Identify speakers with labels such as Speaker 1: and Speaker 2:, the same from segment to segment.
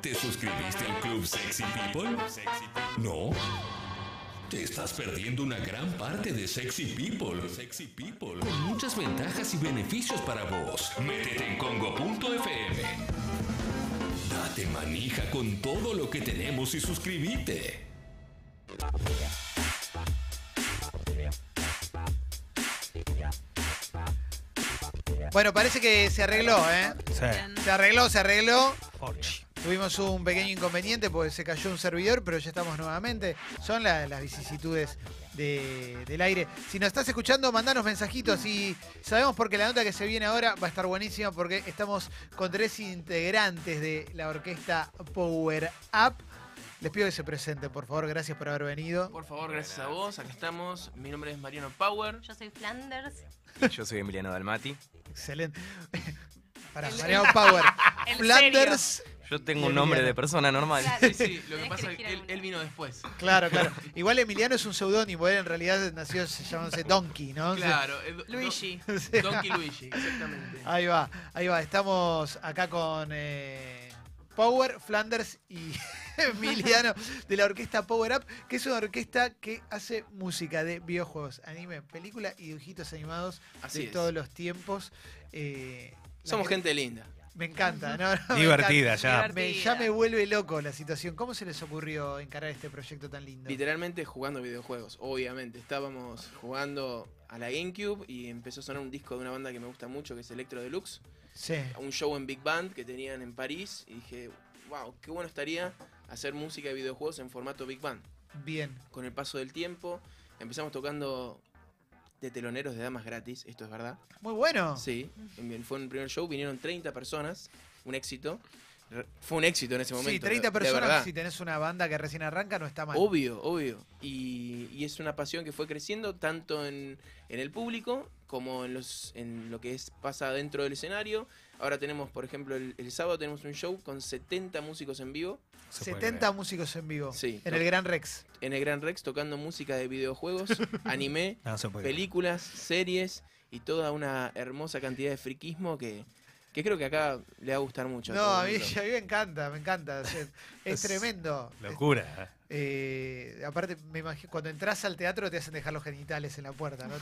Speaker 1: ¿Te suscribiste al Club Sexy People? ¿No? Te estás perdiendo una gran parte de Sexy People. Sexy People. Con muchas ventajas y beneficios para vos. Métete en congo.fm. Date manija con todo lo que tenemos y suscríbete.
Speaker 2: Bueno, parece que se arregló, ¿eh? Se arregló, se arregló. Tuvimos un pequeño inconveniente porque se cayó un servidor, pero ya estamos nuevamente. Son la- las vicisitudes de- del aire. Si nos estás escuchando, mandanos mensajitos y sabemos porque la nota que se viene ahora va a estar buenísima porque estamos con tres integrantes de la orquesta Power Up. Les pido que se presenten, por favor. Gracias por haber venido.
Speaker 3: Por favor, gracias a vos, acá estamos. Mi nombre es Mariano Power.
Speaker 4: Yo soy Flanders.
Speaker 5: Y Yo soy Emiliano Dalmati.
Speaker 2: Excelente. Para
Speaker 4: El-
Speaker 2: Mariano Power.
Speaker 4: ¿En
Speaker 2: Flanders.
Speaker 5: Yo tengo un nombre de persona normal.
Speaker 4: Claro.
Speaker 3: Sí, sí, lo que
Speaker 4: Tenés
Speaker 3: pasa es
Speaker 4: elegir
Speaker 3: que él,
Speaker 4: alguna.
Speaker 3: él vino después.
Speaker 2: Claro, claro. Igual Emiliano es un seudónimo, él en realidad nació se llamándose Donkey, ¿no?
Speaker 3: Claro, eh, do-
Speaker 4: Luigi.
Speaker 2: O
Speaker 3: do-
Speaker 2: sea,
Speaker 3: Donkey Luigi, exactamente.
Speaker 2: ahí va, ahí va. Estamos acá con eh, Power, Flanders y Emiliano de la orquesta Power Up, que es una orquesta que hace música de videojuegos, anime, película y dibujitos animados
Speaker 3: Así
Speaker 2: de
Speaker 3: es.
Speaker 2: todos los tiempos. Eh, la
Speaker 3: Somos
Speaker 2: que-
Speaker 3: gente linda.
Speaker 2: Me encanta, ¿no? No, me
Speaker 6: Divertida
Speaker 2: encanta.
Speaker 6: ya.
Speaker 2: Me- ya me vuelve loco la situación. ¿Cómo se les ocurrió encarar este proyecto tan lindo?
Speaker 3: Literalmente jugando videojuegos, obviamente. Estábamos jugando a la GameCube y empezó a sonar un disco de una banda que me gusta mucho, que es Electro Deluxe.
Speaker 2: Sí.
Speaker 3: Un show en Big Band que tenían en París y dije, wow, qué bueno estaría hacer música de videojuegos en formato Big Band.
Speaker 2: Bien.
Speaker 3: con el paso del tiempo. Empezamos tocando de teloneros de damas gratis, esto es verdad.
Speaker 2: Muy bueno.
Speaker 3: Sí, en el- fue un primer show, vinieron 30 personas, un éxito. Re- Fue un éxito en ese este momento.
Speaker 2: Sí, 30
Speaker 3: de
Speaker 2: personas,
Speaker 3: verdad.
Speaker 2: si tenés una banda que recién arranca, no está mal.
Speaker 3: Obvio, obvio. Y, y es una pasión que fue creciendo tanto en, en el público como en, los, en lo que es, pasa dentro del escenario. Ahora tenemos, por ejemplo, el, el sábado tenemos un show con 70 músicos en vivo
Speaker 6: Se puede
Speaker 2: 70 músicos en vivo
Speaker 3: Sí.
Speaker 2: en el Gran Rex.
Speaker 3: en el Gran Rex tocando música de videojuegos, anime,
Speaker 6: creer. No Ah, se puede. creer.
Speaker 3: películas, series y toda una hermosa cantidad de friquismo que, que creo que acá le va a gustar mucho.
Speaker 2: No,
Speaker 3: todo
Speaker 2: a
Speaker 3: el
Speaker 2: mí,
Speaker 3: mundo.
Speaker 2: a mí me encanta, me encanta. o sea, Es,
Speaker 6: Es
Speaker 2: tremendo.
Speaker 6: Locura.
Speaker 2: Eh, aparte, me imagino, cuando entras al teatro te hacen dejar los genitales en la puerta. ¿no?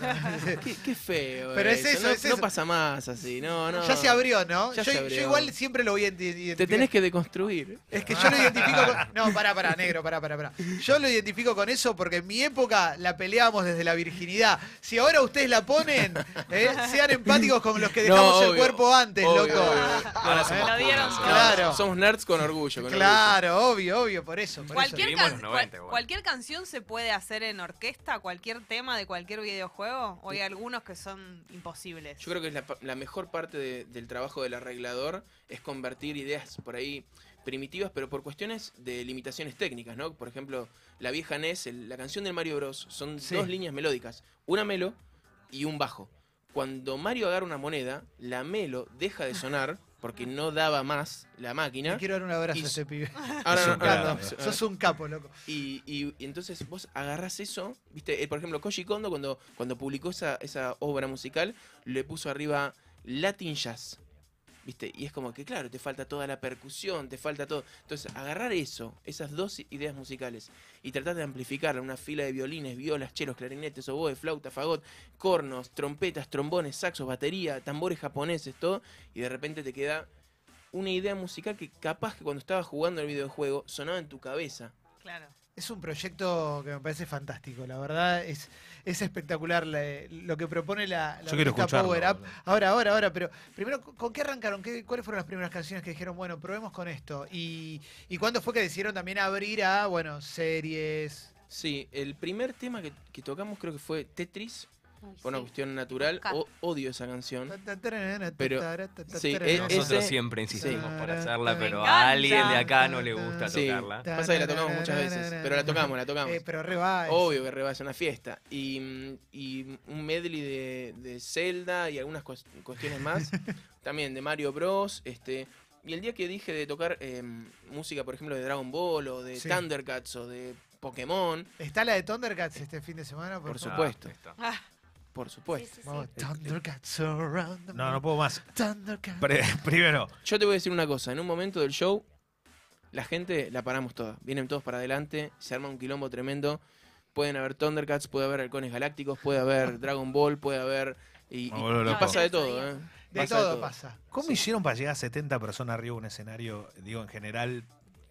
Speaker 3: Qué, qué feo.
Speaker 2: Pero es eso,
Speaker 3: no,
Speaker 2: es
Speaker 3: no
Speaker 2: eso.
Speaker 3: pasa más así, no, no.
Speaker 2: ya se abrió, ¿no?
Speaker 3: Ya
Speaker 2: yo,
Speaker 3: se
Speaker 2: yo
Speaker 3: abrió.
Speaker 2: igual siempre lo voy a identi- identificar.
Speaker 3: Te tenés que deconstruir.
Speaker 2: Es que yo lo identifico con... No, pará, pará, negro, pará, pará, pará. Yo lo identifico con eso porque en mi época la peleábamos desde la virginidad. Si ahora ustedes la ponen, eh, sean empáticos con los que
Speaker 3: No,
Speaker 2: dejamos el
Speaker 3: obvio,
Speaker 2: cuerpo antes,
Speaker 3: obvio,
Speaker 2: loco.
Speaker 3: obvio.
Speaker 5: Ahora somos
Speaker 4: Ah, Lo dieron
Speaker 5: puros.
Speaker 4: todo.
Speaker 2: Claro.
Speaker 3: Somos nerds con orgullo. Con
Speaker 2: Claro, obvio, obvio, por eso. por
Speaker 4: Cualquier,
Speaker 5: Vivimos
Speaker 4: can-
Speaker 5: los
Speaker 4: cual-
Speaker 5: 90 igual.
Speaker 4: cualquier canción se puede hacer en orquesta, cualquier tema de cualquier videojuego, o hay algunos que son imposibles.
Speaker 3: orgullo. Yo creo que es la, pa- la mejor parte de- del trabajo del arreglador es convertir ideas por ahí primitivas, pero por cuestiones de limitaciones técnicas, ¿no? Por ejemplo, la vieja NES, el- la canción del Mario Bros. Son
Speaker 2: Sí.
Speaker 3: dos líneas melódicas, una melo y un bajo. Cuando Mario agarra una moneda, la melo deja de sonar porque no daba más la
Speaker 2: Le
Speaker 3: máquina.
Speaker 2: quiero dar un abrazo
Speaker 3: Y-
Speaker 2: a ese pibe.
Speaker 3: Ahora
Speaker 6: Es
Speaker 3: no,
Speaker 6: un
Speaker 3: ahora
Speaker 6: crack.
Speaker 3: no.
Speaker 2: Sos un capo, loco.
Speaker 3: Y, y- y entonces vos agarrás eso, viste, eh, por ejemplo, Koji Kondo cuando, cuando publicó esa, esa obra musical, le puso arriba Latin Jazz. ¿Viste? Y es como que, claro, te falta toda la percusión, te falta todo. Entonces, agarrar eso, esas dos ideas musicales, y tratar de amplificarla, una fila de violines, violas, chelos, clarinetes, oboes, flauta, fagot, cornos, trompetas, trombones, saxos, batería, tambores japoneses, todo, y de repente te queda una idea musical que capaz que cuando estabas jugando el videojuego sonaba en tu cabeza.
Speaker 4: Claro.
Speaker 2: Es un proyecto que me parece fantástico, la verdad. Es, es espectacular la- lo que propone la, la
Speaker 6: Yo quiero
Speaker 2: orquesta
Speaker 6: escucharlo,
Speaker 2: Power Up.
Speaker 6: boludo.
Speaker 2: Ahora, ahora, ahora, pero primero, ¿con- ¿con qué arrancaron? ¿Qué, ¿Cuáles fueron las primeras canciones que dijeron, bueno, probemos con esto? ¿Y, y cuándo fue que decidieron también abrir a, bueno, series?
Speaker 3: Sí, el primer tema que, que tocamos creo que fue Tetris,
Speaker 4: Uy,
Speaker 3: por una
Speaker 4: sí.
Speaker 3: cuestión natural.
Speaker 4: Cat.
Speaker 3: O- odio esa canción. ¿Eh? Pero- sí, eh,
Speaker 5: Nosotros
Speaker 3: ese-
Speaker 5: siempre insistimos por hacerla,
Speaker 2: Me
Speaker 5: pero
Speaker 4: encanta.
Speaker 5: a alguien de acá no le gusta
Speaker 3: Sí.
Speaker 5: tocarla.
Speaker 3: Pasa que la tocamos muchas veces, pero la tocamos, la tocamos.
Speaker 2: Eh, pero re va, es-
Speaker 3: Obvio que reba es una fiesta. Y, mm, y un medley de, de Zelda y algunas cues- cuestiones más. También de Mario Bros. Este, y el día que dije de tocar eh, música, por ejemplo, de Dragon Ball o de
Speaker 2: Sí.
Speaker 3: Thundercats o de Pokémon,
Speaker 2: ¿Está la de Thundercats este fin de semana? favor?
Speaker 3: Por supuesto.
Speaker 5: está.
Speaker 4: Ah,
Speaker 3: por supuesto.
Speaker 2: Vamos, Thundercats around the
Speaker 6: No, no
Speaker 2: moon,
Speaker 6: puedo más.
Speaker 2: Thundercats.
Speaker 6: Pre- primero,
Speaker 3: Yo te voy a decir una cosa, en un momento del show, la gente la paramos toda. Vienen todos para adelante, se arma un quilombo tremendo. Pueden haber Thundercats, puede haber Halcones Galácticos, puede haber Dragon Ball, puede haber. Y, y-
Speaker 6: Me vuelvo
Speaker 3: y
Speaker 6: loco.
Speaker 3: pasa de todo, ¿eh?
Speaker 2: De
Speaker 3: Pasa
Speaker 2: todo pasa.
Speaker 6: ¿Cómo hicieron para llegar a 70 personas arriba de un escenario, digo, en general?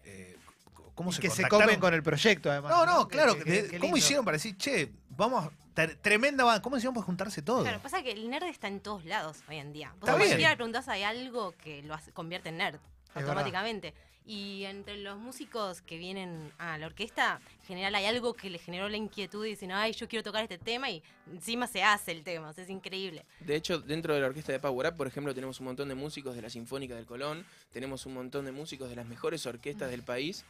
Speaker 6: eh, c- ¿Cómo se
Speaker 2: que se
Speaker 6: contactaron?
Speaker 2: comen con el proyecto, además.
Speaker 6: No, no, claro.
Speaker 2: Qué-
Speaker 6: de-
Speaker 2: qué- qué
Speaker 6: ¿Cómo
Speaker 2: lindo.
Speaker 6: hicieron para decir, che, vamos, a- tre- tremenda banda, ¿cómo hicieron para juntarse todos?
Speaker 7: Claro, pasa que el nerd está en todos lados hoy en día. Vos
Speaker 6: Está
Speaker 7: a
Speaker 6: bien.
Speaker 7: cualquiera le preguntás hay algo que lo hace- convierte en nerd
Speaker 2: verdad.
Speaker 7: automáticamente. Y entre los músicos que vienen a la orquesta, en general hay algo que le generó la inquietud y dicen, ay, yo quiero tocar este tema y encima se hace el tema, o sea, es increíble.
Speaker 3: De hecho, dentro de la orquesta de Power Up, por ejemplo, tenemos un montón de músicos de la Sinfónica del Colón, tenemos un montón de músicos de las mejores orquestas del país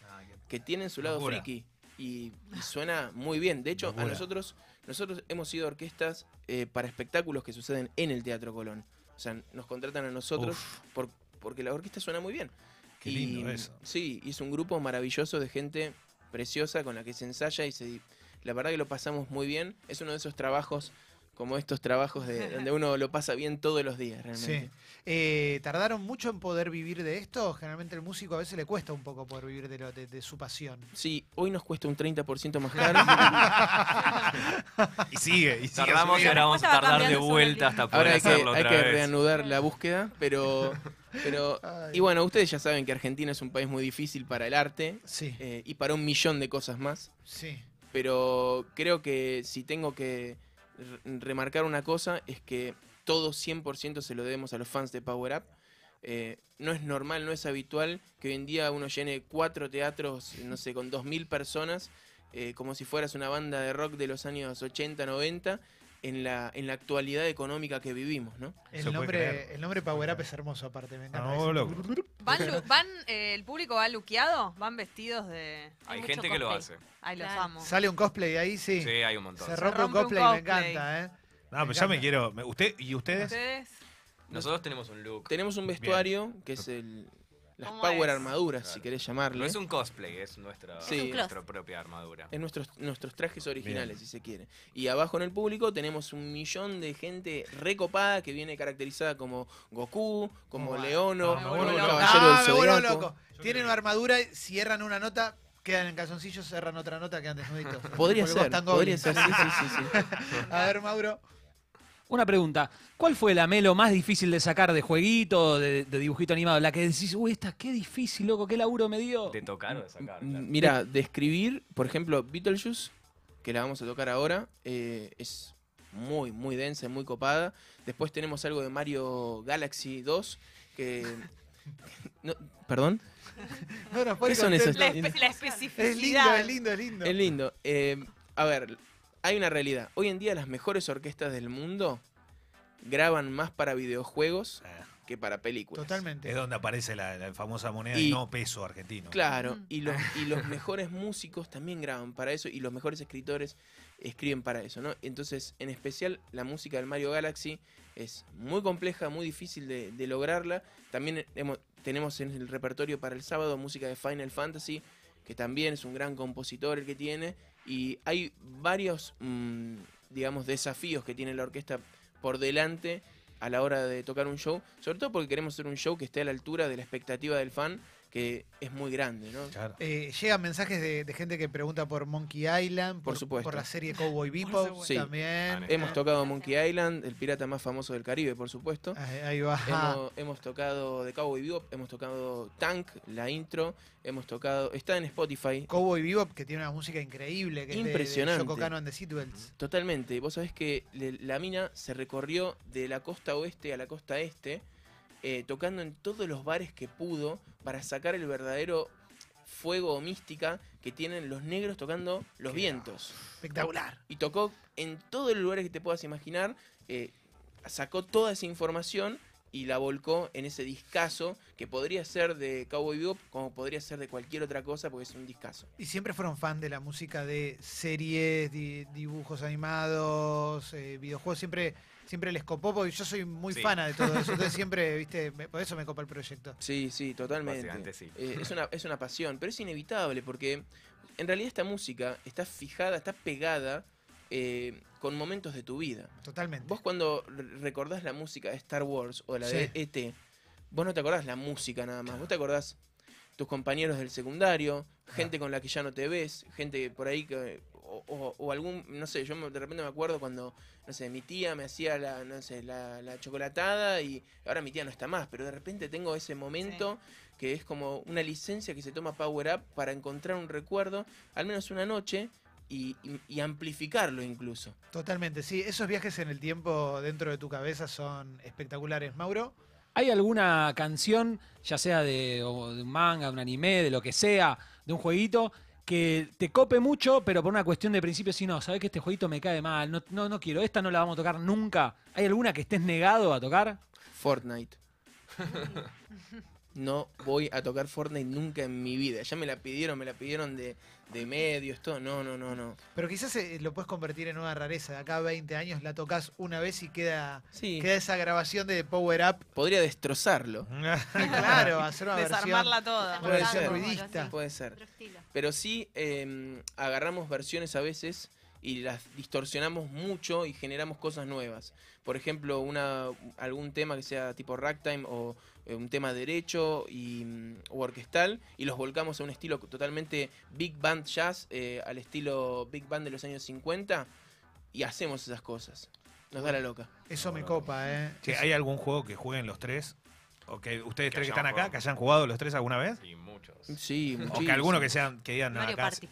Speaker 3: que tienen su lado
Speaker 6: Ah, Locura.
Speaker 3: friki y, y suena muy bien. De hecho,
Speaker 6: Locura.
Speaker 3: a nosotros nosotros hemos sido orquestas eh, para espectáculos que suceden en el Teatro Colón. O sea, nos contratan a nosotros por- porque la orquesta suena muy bien.
Speaker 6: Qué lindo eso.
Speaker 3: Sí, y es un grupo maravilloso de gente preciosa con la que se ensaya y se, la verdad que lo pasamos muy bien. Es uno de esos trabajos como estos trabajos de, donde uno lo pasa bien todos los días
Speaker 2: Sí.
Speaker 3: realmente.
Speaker 2: Eh, ¿Tardaron mucho en poder vivir de esto? Generalmente el músico a veces le cuesta un poco poder vivir de, lo- de- de su pasión.
Speaker 3: Sí, hoy nos cuesta un 30% más caro.
Speaker 6: Y sigue, y sigue.
Speaker 5: Tardamos y
Speaker 6: subiendo.
Speaker 5: ahora vamos a
Speaker 4: Cosa va
Speaker 5: tardar de
Speaker 4: cambiando sobre
Speaker 5: vuelta
Speaker 4: el
Speaker 5: hasta poder
Speaker 3: Ahora hay que,
Speaker 5: hacerlo
Speaker 3: hay
Speaker 5: otra
Speaker 3: que
Speaker 5: vez.
Speaker 3: reanudar la búsqueda, pero, pero...
Speaker 2: Ay.
Speaker 3: Y bueno, ustedes ya saben que Argentina es un país muy difícil para el arte
Speaker 2: Sí,
Speaker 3: eh, y para un millón de cosas más.
Speaker 2: sí.
Speaker 3: pero creo que si tengo que re- remarcar una cosa es que todo 100% se lo debemos a los fans de Power Up. Eh, no es normal, no es habitual que hoy en día uno llene cuatro teatros, no sé, con 2.000 personas, eh, como si fueras una banda de rock de los años 80, 90, en la, en la actualidad económica que vivimos, ¿no?
Speaker 6: Se puede
Speaker 2: El
Speaker 6: creer.
Speaker 2: nombre, el nombre Power Up es hermoso, aparte. Me encanta.
Speaker 6: No,
Speaker 2: eso.
Speaker 6: loco.
Speaker 4: ¿Van, lu- van, eh, ¿El público va luqueado? ¿Van vestidos de.?
Speaker 5: Hay
Speaker 7: mucho
Speaker 5: gente que lo hace.
Speaker 7: cosplay.
Speaker 4: Ay, los
Speaker 7: Claro.
Speaker 4: amo.
Speaker 2: Sale un cosplay de ahí, sí.
Speaker 5: Sí, hay un montón.
Speaker 2: Se rompe un
Speaker 4: rompe un
Speaker 2: cosplay, me
Speaker 4: cosplay.
Speaker 2: encanta, ¿eh?
Speaker 6: No, pero ya me quiero. me- usted, ¿Y ustedes?
Speaker 4: ¿Ustedes?
Speaker 5: Nosotros tenemos un look.
Speaker 3: Tenemos un vestuario que es el, las
Speaker 4: ¿Cómo
Speaker 3: Power
Speaker 4: es?
Speaker 3: Armaduras, si
Speaker 5: Claro.
Speaker 3: querés llamarlo. ¿eh?
Speaker 5: No es un cosplay, es
Speaker 3: Sí.
Speaker 5: nuestra,
Speaker 3: Es un
Speaker 5: nuestra
Speaker 7: closet.
Speaker 5: propia armadura.
Speaker 3: En nuestros, nuestros trajes originales, si se quiere. Y abajo en el público tenemos un millón de gente recopada que viene caracterizada como Goku, como
Speaker 2: Bueno,
Speaker 3: Leono,
Speaker 4: me
Speaker 3: como
Speaker 4: vuelvo
Speaker 3: el
Speaker 4: loco.
Speaker 3: Caballero
Speaker 2: Ah,
Speaker 3: del
Speaker 2: me vuelvo
Speaker 3: Zodiaco.
Speaker 2: loco. Tienen una armadura, cierran una nota, quedan en calzoncillos, cierran otra nota, quedan desnuditos.
Speaker 3: Podría
Speaker 2: Porque
Speaker 3: ser,
Speaker 2: vos tan
Speaker 3: podría
Speaker 2: goblin.
Speaker 3: ser, sí, sí, sí, sí.
Speaker 2: A ver, Mauro.
Speaker 8: Una pregunta, ¿cuál fue la melo más difícil de sacar de jueguito, de, de dibujito animado? La que decís, uy, esta qué difícil, loco, qué laburo me dio.
Speaker 5: De tocar o de sacar.
Speaker 3: M-
Speaker 5: claro.
Speaker 3: Mm, Mira, describir, por ejemplo, Beetlejuice, que la vamos a tocar ahora, eh, es muy, muy densa, y muy copada. Después tenemos algo de Mario Galaxy 2, que... no, ¿Perdón?
Speaker 2: No nos pone
Speaker 3: ¿Qué son esos?
Speaker 2: contento.
Speaker 4: La, espe- la
Speaker 2: Es lindo,
Speaker 4: especificidad.
Speaker 2: es lindo, es lindo.
Speaker 3: Es lindo. Eh, a ver, hay una realidad. Hoy en día las mejores orquestas del mundo graban más para videojuegos
Speaker 6: Ah,
Speaker 3: que para películas.
Speaker 6: Es
Speaker 2: Totalmente.
Speaker 6: donde aparece la, la famosa moneda
Speaker 3: Y-
Speaker 6: de no peso argentino.
Speaker 3: Claro,
Speaker 4: Mm.
Speaker 3: y los, y los mejores músicos también graban para eso y los mejores escritores escriben para eso, ¿no? Entonces, en especial, la música del Mario Galaxy es muy compleja, muy difícil de, de lograrla. También hemo- tenemos en el repertorio para el sábado música de Final Fantasy, que también es un gran compositor el que tiene. Y hay varios, mm, digamos, desafíos que tiene la orquesta por delante a la hora de tocar un show, sobre todo porque queremos hacer un show que esté a la altura de la expectativa del fan, que es muy grande, ¿no?
Speaker 6: Claro.
Speaker 2: Eh, llegan mensajes de, de gente que pregunta por Monkey Island,
Speaker 3: Por supuesto.
Speaker 2: por la serie Cowboy Bebop
Speaker 3: Sí.
Speaker 2: también.
Speaker 5: Ah,
Speaker 3: Hemos tocado Monkey Island, el pirata más famoso del Caribe, por supuesto.
Speaker 2: Ahí, ahí va.
Speaker 3: Hemos, hemos tocado The Cowboy Bebop, hemos tocado Tank, la intro, hemos tocado... Está en Spotify,
Speaker 2: Cowboy Bebop que tiene una música increíble, que es
Speaker 3: Impresionante.
Speaker 2: de- de Yoko Kano and the Seatbelts.
Speaker 3: totalmente. Vos sabés que le- la mina se recorrió de la costa oeste a la costa este, eh, tocando en todos los bares que pudo para sacar el verdadero fuego o mística que tienen los negros tocando los vientos.
Speaker 2: Espectacular.
Speaker 3: y tocó en todos los lugares que te puedas imaginar. eh, sacó toda esa información y la volcó en ese discazo que podría ser de Cowboy Bebop como podría ser de cualquier otra cosa porque es un discazo.
Speaker 2: ¿Y siempre fueron fan de la música de series, di- dibujos animados, eh, videojuegos? Siempre, siempre les copó, porque yo soy muy
Speaker 5: Sí.
Speaker 2: fana de todo eso. Entonces siempre, viste, me- por eso me copa el proyecto.
Speaker 3: Sí, sí, totalmente.
Speaker 5: Básicamente sí.
Speaker 3: Eh, es, una, es una pasión, pero es inevitable porque en realidad esta música está fijada, está pegada eh, con momentos de tu vida.
Speaker 2: Totalmente.
Speaker 3: Vos cuando re- recordás la música de E Star Wars o la de
Speaker 2: Sí.
Speaker 3: ET, vos no te acordás la música nada más, vos te acordás tus compañeros del secundario, gente con la que ya no te ves, gente por ahí que. O, o- o algún, no sé, yo me- de repente me acuerdo cuando, no sé, mi tía me hacía la, no sé, la, la chocolatada y ahora mi tía no está más, pero de repente tengo ese momento que es como una licencia que se toma Power Up para encontrar un recuerdo, al menos una noche, y- y- y amplificarlo incluso.
Speaker 2: Totalmente, sí. Esos viajes en el tiempo dentro de tu cabeza son espectaculares. Mauro,
Speaker 8: ¿Hay alguna canción, ya sea de, o de un manga, de un anime, de lo que sea, de un jueguito, que te cope mucho, pero por una cuestión de principio, si no, sabes que este jueguito me cae mal, no, no, no quiero, esta no la vamos a tocar nunca? ¿Hay alguna que estés negado a tocar?
Speaker 3: Fortnite. No voy a tocar Fortnite nunca en mi vida. Ya me la pidieron, me la pidieron de, de medios, todo. No, no, no, no.
Speaker 2: pero quizás eh, lo puedes convertir en una rareza. De acá a 20 años la tocas una vez y queda,
Speaker 3: Sí.
Speaker 2: queda esa grabación de Power Up.
Speaker 3: Podría destrozarlo.
Speaker 2: Ah. claro, hacer una versión.
Speaker 4: Desarmarla toda.
Speaker 2: Una versión
Speaker 3: ser.
Speaker 2: ruidista.
Speaker 3: Puede ser.
Speaker 7: Otro estilo.
Speaker 3: Pero sí eh, agarramos versiones a veces y las distorsionamos mucho y generamos cosas nuevas. Por ejemplo, una, algún tema que sea tipo ragtime o eh, un tema derecho y, mm, o orquestal y los volcamos a un estilo totalmente big band jazz, eh, al estilo big band de los años 50 y hacemos esas cosas. Nos da la loca.
Speaker 2: Eso me copa, ¿eh?
Speaker 6: Che, ¿Hay algún juego que jueguen los tres? ¿O que ustedes
Speaker 5: Que
Speaker 6: tres
Speaker 5: hayan
Speaker 6: que están acá,
Speaker 5: jugado.
Speaker 6: que hayan jugado los tres alguna vez?
Speaker 5: Y muchos.
Speaker 3: Sí,
Speaker 6: ¿O que alguno que, sean, que digan no,
Speaker 7: Mario
Speaker 6: acá?
Speaker 7: Party.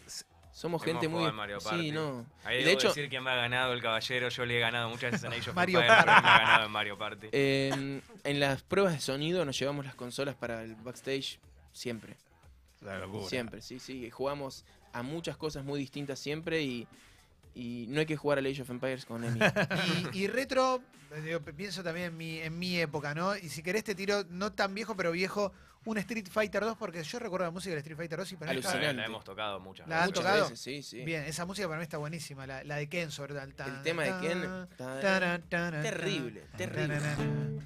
Speaker 3: Somos
Speaker 5: Hemos
Speaker 3: gente muy...
Speaker 5: jugado al Mario
Speaker 3: sí,
Speaker 5: Party.
Speaker 3: no.
Speaker 5: Ahí
Speaker 3: Y
Speaker 5: debo
Speaker 3: de hecho,
Speaker 5: decir quién me ha ganado el caballero. Yo le he ganado muchas veces en Age of
Speaker 2: Mario
Speaker 5: Empires, pero
Speaker 2: Party.
Speaker 5: me ha ganado en Mario Party.
Speaker 3: eh, en las pruebas de sonido nos llevamos las consolas para el backstage siempre.
Speaker 6: La locura.
Speaker 3: Siempre, sí, sí. Jugamos a muchas cosas muy distintas siempre y, y no hay que jugar al Age of Empires con Emi.
Speaker 2: Ah, Y, y retro, eh, digo, pienso también en mi, en mi época, ¿no? Y si querés te tiro, no tan viejo, pero viejo, un Street Fighter 2, porque yo recuerdo la música del Street Fighter 2 y para mí está
Speaker 5: La,
Speaker 3: Alucinante.
Speaker 5: la hemos tocado muchas
Speaker 2: La han
Speaker 5: veces.
Speaker 3: Muchas
Speaker 2: tocado?
Speaker 3: veces, sí, sí.
Speaker 2: bien. Esa música para mí está buenísima, la, la de Ken, sobre todo. El, tan,
Speaker 3: El tema de Ken,
Speaker 2: tan,
Speaker 3: ta-
Speaker 2: taran, taran,
Speaker 3: Terrible,
Speaker 2: tan,
Speaker 3: terrible.
Speaker 2: tararán.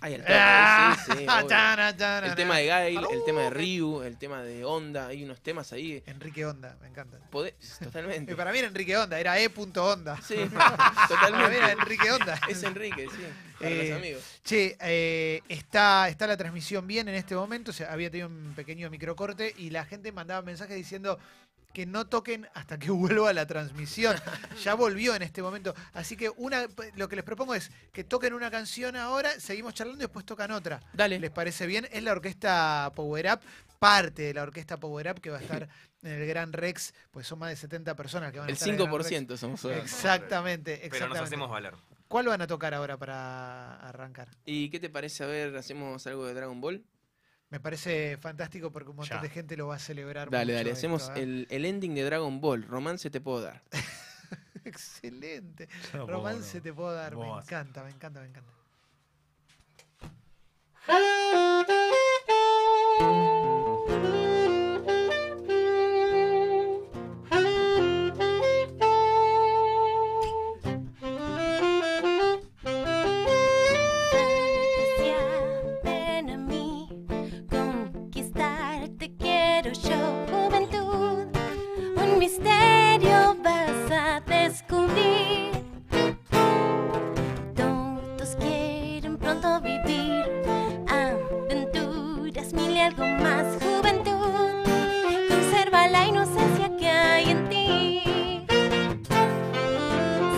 Speaker 3: Ay, el,
Speaker 2: Ah,
Speaker 3: toque, sí, sí, obvio.
Speaker 2: taran, taran.
Speaker 3: el tema de Gail, el tema de Ryu, el tema de Onda, hay unos temas ahí.
Speaker 2: Enrique Onda, me encanta.
Speaker 3: Podés-
Speaker 2: Y
Speaker 3: totalmente.
Speaker 2: para mí era Enrique Onda, era E. Onda.
Speaker 3: Sí,
Speaker 2: Para mí era
Speaker 3: totalmente.
Speaker 2: Enrique Onda.
Speaker 3: Es Enrique, sí. Para
Speaker 2: Eh,
Speaker 3: los amigos.
Speaker 2: Che, eh, está, está la transmisión bien en este momento. o sea, había tenido un pequeño microcorte y la gente mandaba mensajes diciendo que no toquen hasta que vuelva la transmisión. ya volvió en este momento. Así que una, lo que les propongo es que toquen una canción ahora, seguimos charlando y después tocan otra. ¿Les
Speaker 3: Dale.
Speaker 2: parece bien? Es la orquesta Power Up, parte de la orquesta Power Up que va a estar en el Gran Rex, pues son más de 70 personas que van a
Speaker 3: El
Speaker 2: estar. en Gran
Speaker 3: 5% somos
Speaker 2: Rex.
Speaker 3: ahora.
Speaker 2: Exactamente, exactamente.
Speaker 5: Pero nos hacemos valer.
Speaker 2: ¿Cuál van a tocar ahora para arrancar?
Speaker 3: ¿Y qué te parece? A ver, ¿hacemos algo de Dragon Ball?
Speaker 2: Me parece fantástico porque un montón
Speaker 6: Ya.
Speaker 2: de gente lo va a celebrar.
Speaker 3: Dale,
Speaker 2: mucho
Speaker 3: dale.
Speaker 2: esto,
Speaker 3: Hacemos
Speaker 2: ¿eh?
Speaker 3: el, el ending de Dragon Ball. Romance te puedo dar.
Speaker 2: Excelente.
Speaker 6: No puedo,
Speaker 2: Romance
Speaker 6: no.
Speaker 2: te puedo dar. Me
Speaker 6: Vos.
Speaker 2: encanta, me encanta, me encanta.
Speaker 9: Fantasía, ven a mí, conquistarte quiero yo, juventud. Un misterio vas a descubrir. Todos quieren pronto vivir aventuras, mil y algo más, juventud. Conserva la inocencia que hay en ti.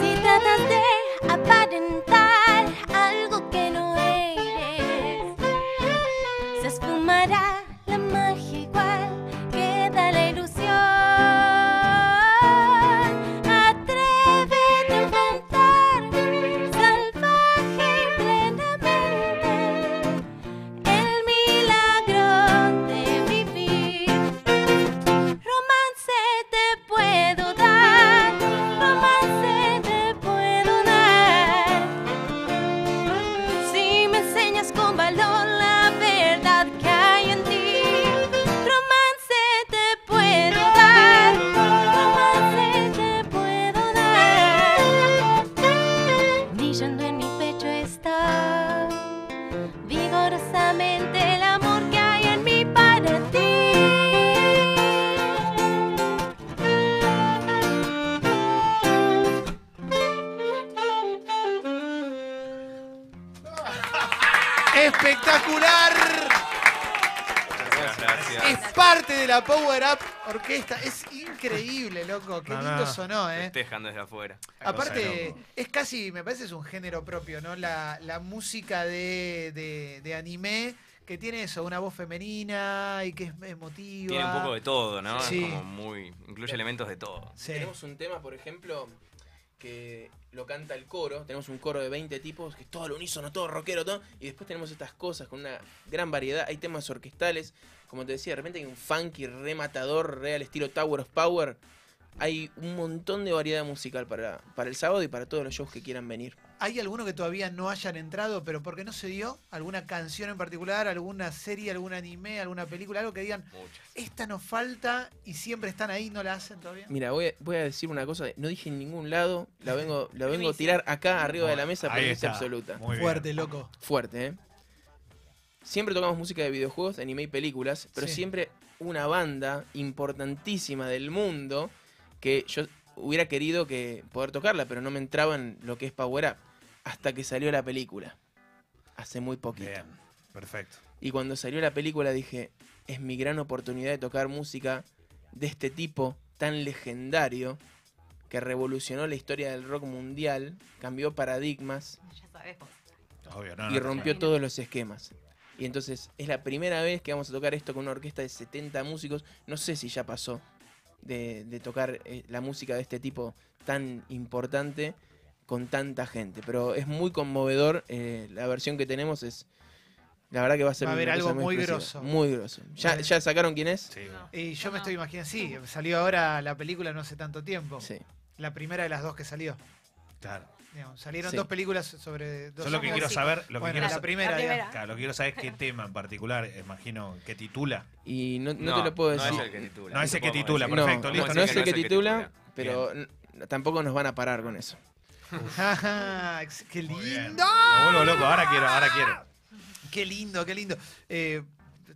Speaker 9: Si tratas de aparentar algo que no eres, se esfumará la magia igual queda la ilusión. Atrévete a inventar salvaje y plenamente el milagro de vivir. Romance te puedo dar, romance te puedo dar. Si me enseñas con valor la verdad que hay en ti, romance te puedo dar, romance te puedo dar. Brillando en mi pecho está vigorosamente el amor que hay en mí para ti.
Speaker 2: ¡Espectacular!
Speaker 5: Gracias.
Speaker 2: Es parte de la Power Up Orquesta. Es increíble, loco. Qué
Speaker 6: No,
Speaker 2: lindo
Speaker 6: no.
Speaker 2: sonó, ¿eh?
Speaker 5: Festejan desde afuera.
Speaker 2: Aparte, es casi, me parece, es un género propio, ¿no? La, la música de, de- de anime que tiene eso, una voz femenina y que es emotiva.
Speaker 5: Tiene un poco de todo, ¿no?
Speaker 2: Sí.
Speaker 5: Es como muy. Incluye elementos de todo.
Speaker 2: Sí.
Speaker 3: Tenemos un tema, por ejemplo, que lo canta el coro. Tenemos un coro de 20 tipos, que es todo al unísono, todo rockero, todo. Y después tenemos estas cosas con una gran variedad. Hay temas orquestales. Como te decía, de repente hay un funky rematador, real estilo Tower of Power. Hay un montón de variedad musical para, para el sábado y para todos los shows que quieran venir.
Speaker 2: ¿Hay alguno que todavía no hayan entrado, pero porque no se dio? ¿Alguna canción en particular, alguna serie, algún anime, alguna película, algo que digan,
Speaker 5: Muchas.
Speaker 2: esta nos falta y siempre están ahí, no la hacen todavía?
Speaker 3: Mira, voy a, voy a decir una cosa, no dije en ningún lado, la vengo, la vengo a tirar acá arriba de la mesa
Speaker 6: Ahí
Speaker 3: porque es
Speaker 6: está.
Speaker 3: absoluta.
Speaker 6: Muy bien.
Speaker 2: Fuerte, loco.
Speaker 3: Fuerte, ¿eh? Siempre tocamos música de videojuegos, anime y películas, pero
Speaker 2: Sí.
Speaker 3: siempre una banda importantísima del mundo que yo hubiera querido que poder tocarla, pero no me entraba en lo que es Power Up hasta que salió la película. Hace muy poquito.
Speaker 6: Bien, perfecto.
Speaker 3: Y cuando salió la película dije, es mi gran oportunidad de tocar música de este tipo tan legendario que revolucionó la historia del rock mundial, cambió paradigmas
Speaker 7: Ya sabes vos.
Speaker 6: Obvio, no, no,
Speaker 3: y
Speaker 6: no.
Speaker 3: rompió todos los esquemas. Y entonces es la primera vez que vamos a tocar esto con una orquesta de 70 músicos. No sé si ya pasó de, de tocar eh, la música de este tipo tan importante con tanta gente. Pero es muy conmovedor. eh, la versión que tenemos es... La verdad que va a ser
Speaker 2: Va a haber
Speaker 3: una cosa
Speaker 2: algo muy
Speaker 3: exclusiva,
Speaker 2: grosso.
Speaker 3: Muy grosso.
Speaker 2: Va a
Speaker 3: ¿Ya,
Speaker 2: haber-
Speaker 3: ya sacaron quién es?
Speaker 6: Sí,
Speaker 4: No.
Speaker 2: Y yo me
Speaker 4: No.
Speaker 2: estoy imaginando, sí, salió ahora la película no hace tanto tiempo.
Speaker 3: Sí.
Speaker 2: La primera de las dos que salió.
Speaker 6: claro.
Speaker 2: Digamos, salieron
Speaker 3: Sí.
Speaker 2: dos películas sobre dos
Speaker 6: Yo lo que
Speaker 2: hombres.
Speaker 6: quiero saber, lo que
Speaker 2: Bueno,
Speaker 6: quiero
Speaker 2: la
Speaker 6: sa-
Speaker 2: primera,
Speaker 7: La primera.
Speaker 2: digamos.
Speaker 6: claro, lo que quiero saber es qué tema en particular, imagino, que titula.
Speaker 3: Y no, no te lo puedo decir.
Speaker 5: No es el que titula.
Speaker 6: No es el que
Speaker 5: podemos
Speaker 6: titula,
Speaker 5: decir.
Speaker 3: No,
Speaker 6: perfecto,
Speaker 3: no,
Speaker 6: listo,
Speaker 3: no
Speaker 6: no
Speaker 3: es el que titula,
Speaker 5: titula.
Speaker 3: pero n- tampoco nos van a parar con eso.
Speaker 2: Ajá, Ah, ex- qué
Speaker 6: Muy bien.
Speaker 2: lindo,
Speaker 6: Me vuelvo loco, ahora quiero, ahora quiero.
Speaker 2: qué lindo, qué lindo. Eh,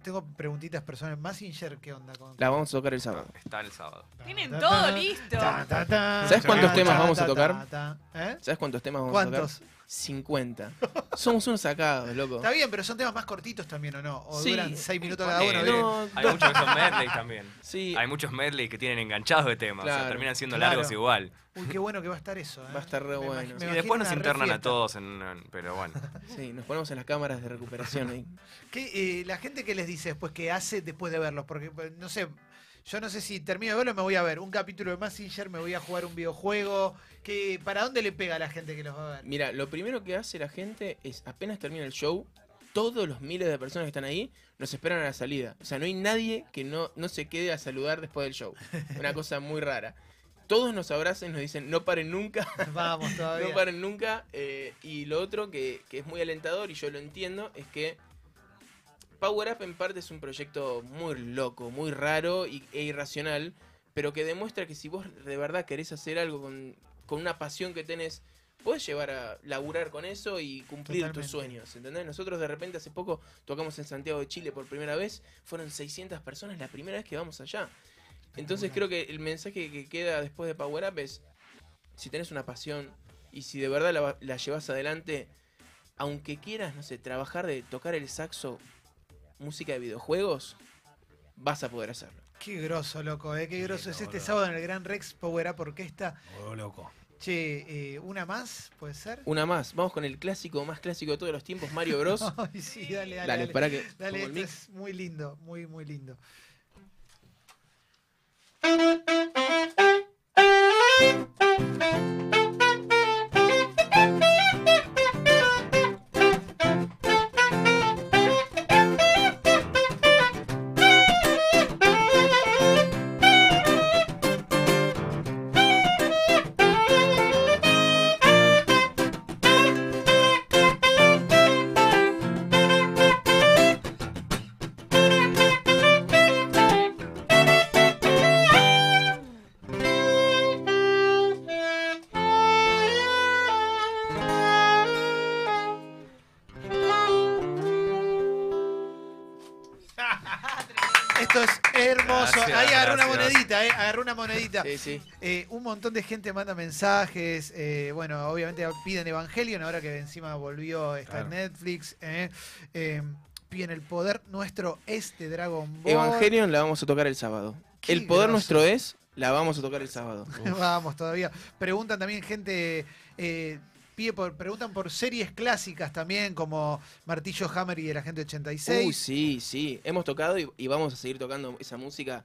Speaker 2: tengo preguntitas personales. Messenger, ¿qué onda con?
Speaker 3: La vamos a tocar el sábado.
Speaker 5: Está el sábado.
Speaker 4: Tienen
Speaker 2: Ta,
Speaker 4: todo
Speaker 2: ta,
Speaker 4: listo.
Speaker 2: ta, ta, ta,
Speaker 3: ¿Sabes
Speaker 2: ta,
Speaker 6: cuántos
Speaker 2: ta,
Speaker 3: temas
Speaker 2: ta,
Speaker 3: vamos a
Speaker 2: ta,
Speaker 3: tocar?
Speaker 2: ta, ta. ¿Eh?
Speaker 3: ¿Sabes cuántos temas vamos a tocar?
Speaker 2: ¿Cuántos?
Speaker 3: 50. Somos unos sacados, loco.
Speaker 2: Está bien, pero son temas más cortitos también, ¿o no? O
Speaker 3: Sí.
Speaker 2: duran seis minutos cada
Speaker 5: Eh,
Speaker 2: uno.
Speaker 5: no,
Speaker 2: ¿viste?
Speaker 5: Hay muchos que son medley también.
Speaker 3: Sí,
Speaker 5: Hay muchos medley que tienen enganchados de temas. o sea,
Speaker 3: Claro,
Speaker 5: terminan siendo
Speaker 2: claro.
Speaker 5: largos igual.
Speaker 2: Uy, qué bueno que va a estar eso. ¿eh?
Speaker 3: Va a estar re
Speaker 2: Me imag-
Speaker 3: bueno.
Speaker 2: me
Speaker 3: Sí,
Speaker 5: Y
Speaker 2: imagino
Speaker 5: después
Speaker 2: una
Speaker 5: nos
Speaker 2: re
Speaker 5: internan a
Speaker 2: fiesta.
Speaker 5: todos, en- en- pero bueno.
Speaker 3: sí, nos ponemos en las cámaras de recuperación ahí.
Speaker 2: ¿Qué, eh, la gente que les dice después que hace después de verlos, porque pues, no sé, yo no sé si termino de verlo, me voy a ver un capítulo de Messenger, me voy a jugar un videojuego, que ¿para dónde le pega a la gente que los va a ver?
Speaker 3: Mira, lo primero que hace la gente es, apenas termina el show, todos los miles de personas que están ahí nos esperan a la salida. O sea, no hay nadie que no, no se quede a saludar después del show. Una cosa muy rara. Todos nos abrazan y nos dicen, no paren nunca.
Speaker 2: Vamos todavía.
Speaker 3: No paren nunca. eh, y lo otro que, que es muy alentador, y yo lo entiendo, es que Power Up en parte es un proyecto muy loco, muy raro y- e irracional, pero que demuestra que si vos de verdad querés hacer algo con, con una pasión que tenés, podés llevar a laburar con eso y cumplir
Speaker 2: Totalmente.
Speaker 3: tus sueños. ¿Entendés? Nosotros de repente hace poco tocamos en Santiago de Chile por primera vez, fueron 600 personas la primera vez que vamos allá. Entonces creo que el mensaje que queda después de Power Up es, si tenés una pasión y si de verdad la, la llevas adelante, aunque quieras, no sé, trabajar de tocar el saxo, música de videojuegos, vas a poder hacerlo.
Speaker 2: Qué groso, loco, ¿eh? qué groso. Es
Speaker 6: lindo,
Speaker 2: este
Speaker 6: boludo.
Speaker 2: sábado en el Gran Rex Power Up Orquesta.
Speaker 6: Me vuelvo loco.
Speaker 2: Che, eh, ¿una más puede ser?
Speaker 3: Una más, vamos con el clásico más clásico de todos los tiempos, Mario Bros.
Speaker 2: Ay, sí, dale, dale.
Speaker 3: Dale,
Speaker 2: dale.
Speaker 3: para que
Speaker 2: Dale,
Speaker 3: pongo el
Speaker 2: esto
Speaker 3: mix.
Speaker 2: es muy lindo, muy, muy lindo. Esto es hermoso.
Speaker 5: Gracias,
Speaker 2: Ahí agarró una
Speaker 5: gracias.
Speaker 2: monedita, eh, agarró una monedita.
Speaker 3: Sí, sí.
Speaker 2: Eh, un montón de gente manda mensajes. eh, bueno, obviamente piden Evangelion ahora que encima volvió está en
Speaker 6: Claro.
Speaker 2: Netflix. eh. Eh, en el poder nuestro es de Dragon Ball.
Speaker 3: Evangelion la vamos a tocar el sábado.
Speaker 2: Qué
Speaker 3: El poder
Speaker 2: groso.
Speaker 3: nuestro es, la vamos a tocar el sábado.
Speaker 2: Vamos todavía. Preguntan también gente, eh, pide por, preguntan por series clásicas también, como Martillo Hammer y el Agente
Speaker 3: Uy,
Speaker 2: 86.
Speaker 3: sí, sí. Hemos tocado y, y vamos a seguir tocando esa música.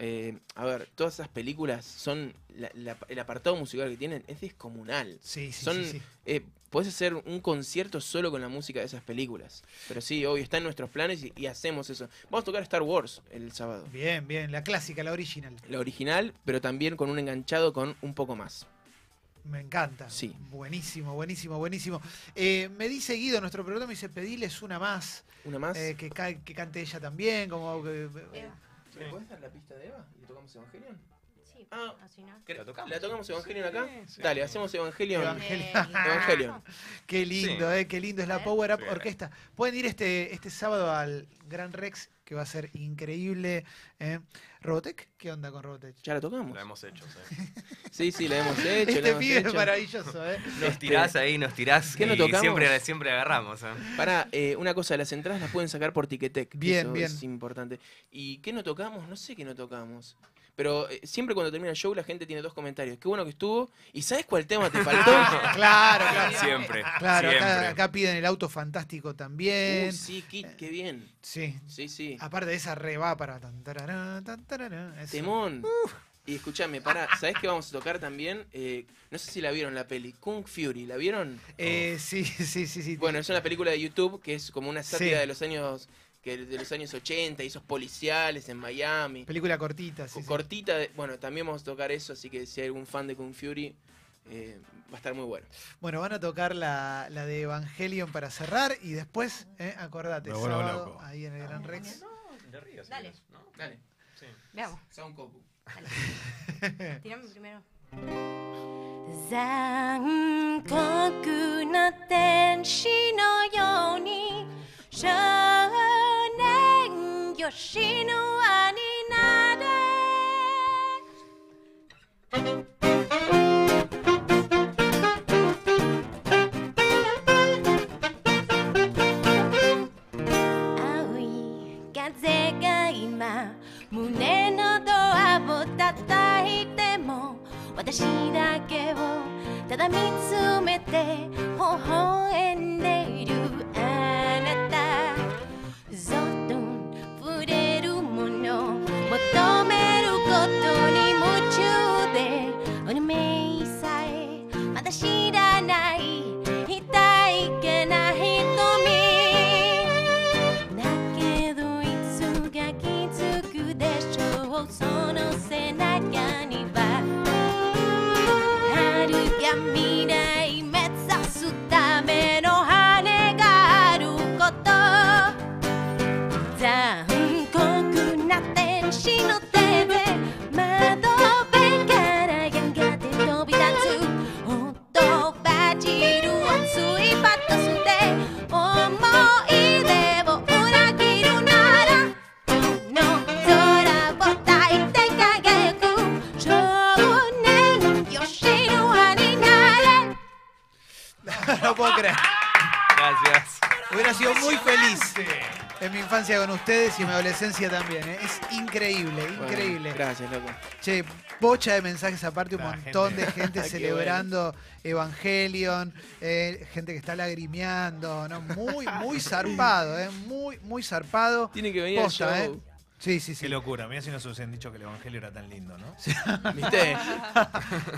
Speaker 3: Eh, a ver, todas esas películas son. la- la- el apartado musical que tienen es descomunal.
Speaker 2: sí, sí,
Speaker 3: son-
Speaker 2: sí, sí.
Speaker 3: Eh, podés hacer un concierto solo con la música de esas películas. Pero sí, obvio, está en nuestros planes y, y hacemos eso. Vamos a tocar Star Wars el sábado.
Speaker 2: Bien, bien, la clásica, la original.
Speaker 3: La original, pero también con un enganchado con un poco más.
Speaker 2: Me encanta.
Speaker 3: Sí.
Speaker 2: Buenísimo, buenísimo, buenísimo. Eh, me dice Guido, nuestro programa, me dice, pediles una más,
Speaker 3: ¿Una más?
Speaker 2: eh, que, ca- que cante ella también, como... eh, que-
Speaker 3: ¿Me puedes dar la pista de Eva? ¿Y tocamos Evangelion?
Speaker 7: Sí,
Speaker 3: Ah.
Speaker 7: así no.
Speaker 3: ¿La tocamos? Evangelion acá? Dale, hacemos Evangelion.
Speaker 2: Evangelion.
Speaker 3: Evangelion.
Speaker 2: Qué lindo, eh, qué lindo es la
Speaker 7: Sí.
Speaker 2: Power Up
Speaker 5: Sí.
Speaker 2: Orquesta. Pueden ir este, este sábado al Gran Rex, que va a ser increíble. eh. ¿Robotech? ¿Qué onda con Robotech?
Speaker 3: Ya la tocamos.
Speaker 5: Lo hemos hecho. sí.
Speaker 3: Sí, sí, la hemos hecho. la
Speaker 2: este
Speaker 3: hemos
Speaker 2: pibe es
Speaker 3: hecho. Este,
Speaker 2: maravilloso, ¿eh?
Speaker 5: Nos tirás ahí, nos tirás.
Speaker 3: ¿Qué no
Speaker 5: y
Speaker 3: tocamos?
Speaker 5: siempre, siempre agarramos. ¿eh?
Speaker 3: Pará, eh, una cosa, las entradas las pueden sacar por Ticketek. que
Speaker 2: Bien,
Speaker 3: eso
Speaker 2: bien.
Speaker 3: Es importante. ¿Y qué no tocamos? No sé qué no tocamos. Pero eh, siempre cuando termina el show la gente tiene dos comentarios. Qué bueno que estuvo. ¿Y sabes cuál tema te faltó? Uh,
Speaker 2: Claro, claro.
Speaker 5: Siempre.
Speaker 2: Claro,
Speaker 5: siempre.
Speaker 2: acá, acá piden el auto fantástico también.
Speaker 3: Uy, sí, Kit, qué bien.
Speaker 2: Sí.
Speaker 3: Sí, sí.
Speaker 2: Aparte de esa re va para tan tararán, tan tararán, eso.
Speaker 3: Temón. Y escúchame, pará, ¿sabés qué vamos a tocar también? Eh, no sé si la vieron la peli, Kung Fury, ¿la vieron?
Speaker 2: Eh, sí, sí, sí, sí.
Speaker 3: Oh. Bueno, es una película de YouTube que es como una sátira
Speaker 2: Sí.
Speaker 3: de los años que de los años 80 y esos policiales en Miami.
Speaker 2: Película cortita, sí.
Speaker 3: Co-
Speaker 2: sí.
Speaker 3: cortita, de- bueno, también vamos a tocar eso, así que si hay algún fan de Kung Fury, eh, va a estar muy bueno.
Speaker 2: Bueno, van a tocar la, la de Evangelion para cerrar y después, eh, acordate,
Speaker 6: Me vuelvo
Speaker 2: sábado,
Speaker 6: loco.
Speaker 2: ahí en el Gran Rex.
Speaker 7: Dale,
Speaker 3: Dale,
Speaker 7: veamos.
Speaker 3: Sound Copu.
Speaker 7: Tirame primero.
Speaker 9: 残酷な天使のように少年よ神話になれ青い風が今胸のドアを叩いても私だけをただ見つめて微笑んでいるあなたぞっと触れるもの求めることに夢中でおのめいさえまだ知らないいたいけな瞳だけどいつが気づくでしょうその背中には春が未来目指すための羽があること残酷な天使の手で窓辺からやがて飛び立つほっとばじる熱いパトスで思い出を裏切るならの空を抱いて輝く少年よ神話になれ
Speaker 2: no puedo creer.
Speaker 5: Gracias.
Speaker 2: Hubiera sido muy feliz en mi infancia con ustedes y en mi adolescencia también. ¿eh? Es increíble,
Speaker 3: Bueno,
Speaker 2: increíble.
Speaker 3: gracias, loco.
Speaker 2: Che, bocha de mensajes aparte, un
Speaker 6: La
Speaker 2: montón
Speaker 6: gente.
Speaker 2: de gente
Speaker 3: Qué
Speaker 2: celebrando Evangelion, eh, gente que está lagrimeando, ¿no? Muy, muy zarpado, ¿eh? Muy, muy zarpado.
Speaker 3: Tiene que venir al
Speaker 2: Posta,
Speaker 3: show.
Speaker 2: ¿eh? Sí, sí, sí.
Speaker 6: Qué locura. Mira si nos hubiesen dicho que el Evangelio era tan lindo, ¿no?
Speaker 3: ¿Viste?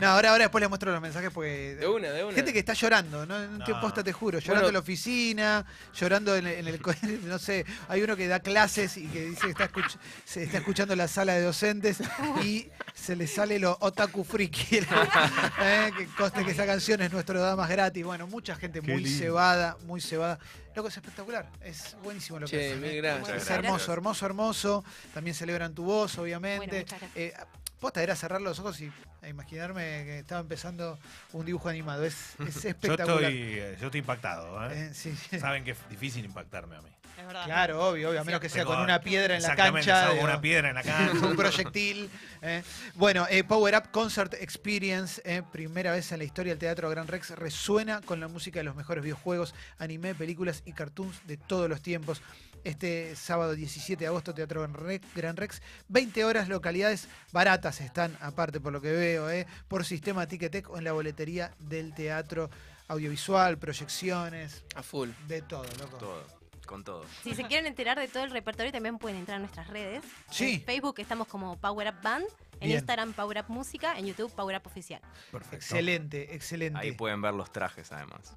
Speaker 2: No, ahora, ahora después les muestro los mensajes porque.
Speaker 3: De una, de una.
Speaker 2: Gente que está llorando, no, no te
Speaker 6: No.
Speaker 2: posta, te juro. Llorando
Speaker 3: Bueno.
Speaker 2: en la oficina, llorando en, en el. co- No sé, hay uno que da clases y que dice que está, escuch- se está escuchando la sala de docentes y se le sale lo otaku friki. Eh, Que conste que esa canción es nuestro Damas gratis. Bueno, mucha gente
Speaker 6: Qué
Speaker 2: muy
Speaker 6: lindo.
Speaker 2: cebada, muy cebada. Loco, es espectacular. Es buenísimo lo que
Speaker 3: Che,
Speaker 2: hacen,
Speaker 3: mil
Speaker 2: eh.
Speaker 3: gracias.
Speaker 2: Es
Speaker 5: Muchas
Speaker 2: hermoso,
Speaker 5: gracias.
Speaker 2: hermoso, hermoso. También celebran tu voz, obviamente.
Speaker 7: Bueno, muchas gracias.
Speaker 2: Eh, posta era cerrar los ojos y a imaginarme que estaba empezando un dibujo animado. Es, es
Speaker 6: Yo ¿eh?
Speaker 2: espectacular.
Speaker 6: estoy, yo estoy impactado.
Speaker 2: Eh,
Speaker 6: ¿eh?
Speaker 2: sí.
Speaker 6: Saben que es difícil impactarme a mí.
Speaker 4: Es verdad.
Speaker 2: Claro, obvio, obvio, a menos que sea con una piedra en la
Speaker 6: Exactamente,
Speaker 2: cancha.
Speaker 6: salgo con
Speaker 2: digo,
Speaker 6: una piedra en la cancha.
Speaker 2: un proyectil. eh. Bueno, eh, Power Up Concert Experience, eh, primera vez en la historia del Teatro Gran Rex, resuena con la música de los mejores videojuegos, anime, películas y cartoons de todos los tiempos. Este sábado 17 de agosto, Teatro Gran Rex, Gran Rex, 20 horas, localidades baratas están, aparte por lo que veo, eh, por sistema Ticketek o en la boletería del teatro audiovisual, proyecciones,
Speaker 3: A full.
Speaker 2: de todo, loco.
Speaker 5: Todo. Con todo.
Speaker 7: Si se quieren enterar de todo el repertorio, también pueden entrar a nuestras redes.
Speaker 2: Sí.
Speaker 7: En Facebook estamos como Power Up Band, en
Speaker 2: Bien.
Speaker 7: Instagram Power Up Música, en YouTube Power Up Oficial.
Speaker 6: Perfecto.
Speaker 2: Excelente, excelente.
Speaker 5: Ahí pueden ver los trajes, además.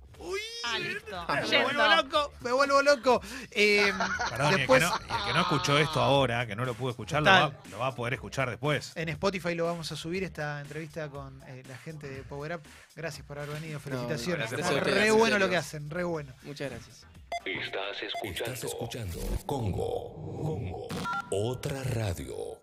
Speaker 4: Ah, listo.
Speaker 2: Ah, Me
Speaker 4: Yendo.
Speaker 2: vuelvo loco, me vuelvo loco. Eh,
Speaker 6: Perdón, y el que
Speaker 2: después
Speaker 6: no- y el, que no, escuchó esto ahora, que no lo pudo escuchar, lo
Speaker 2: Total.
Speaker 6: va, lo va a poder escuchar después.
Speaker 2: en Spotify lo vamos a subir esta entrevista con eh, la gente de Power Up. Gracias por haber venido, felicitaciones.
Speaker 5: gracias
Speaker 2: Está
Speaker 5: a ustedes,
Speaker 2: re
Speaker 5: en
Speaker 2: bueno
Speaker 3: serio.
Speaker 2: lo que hacen, re bueno.
Speaker 3: Muchas gracias.
Speaker 1: Estás escuchando Congo. Congo. Otra radio.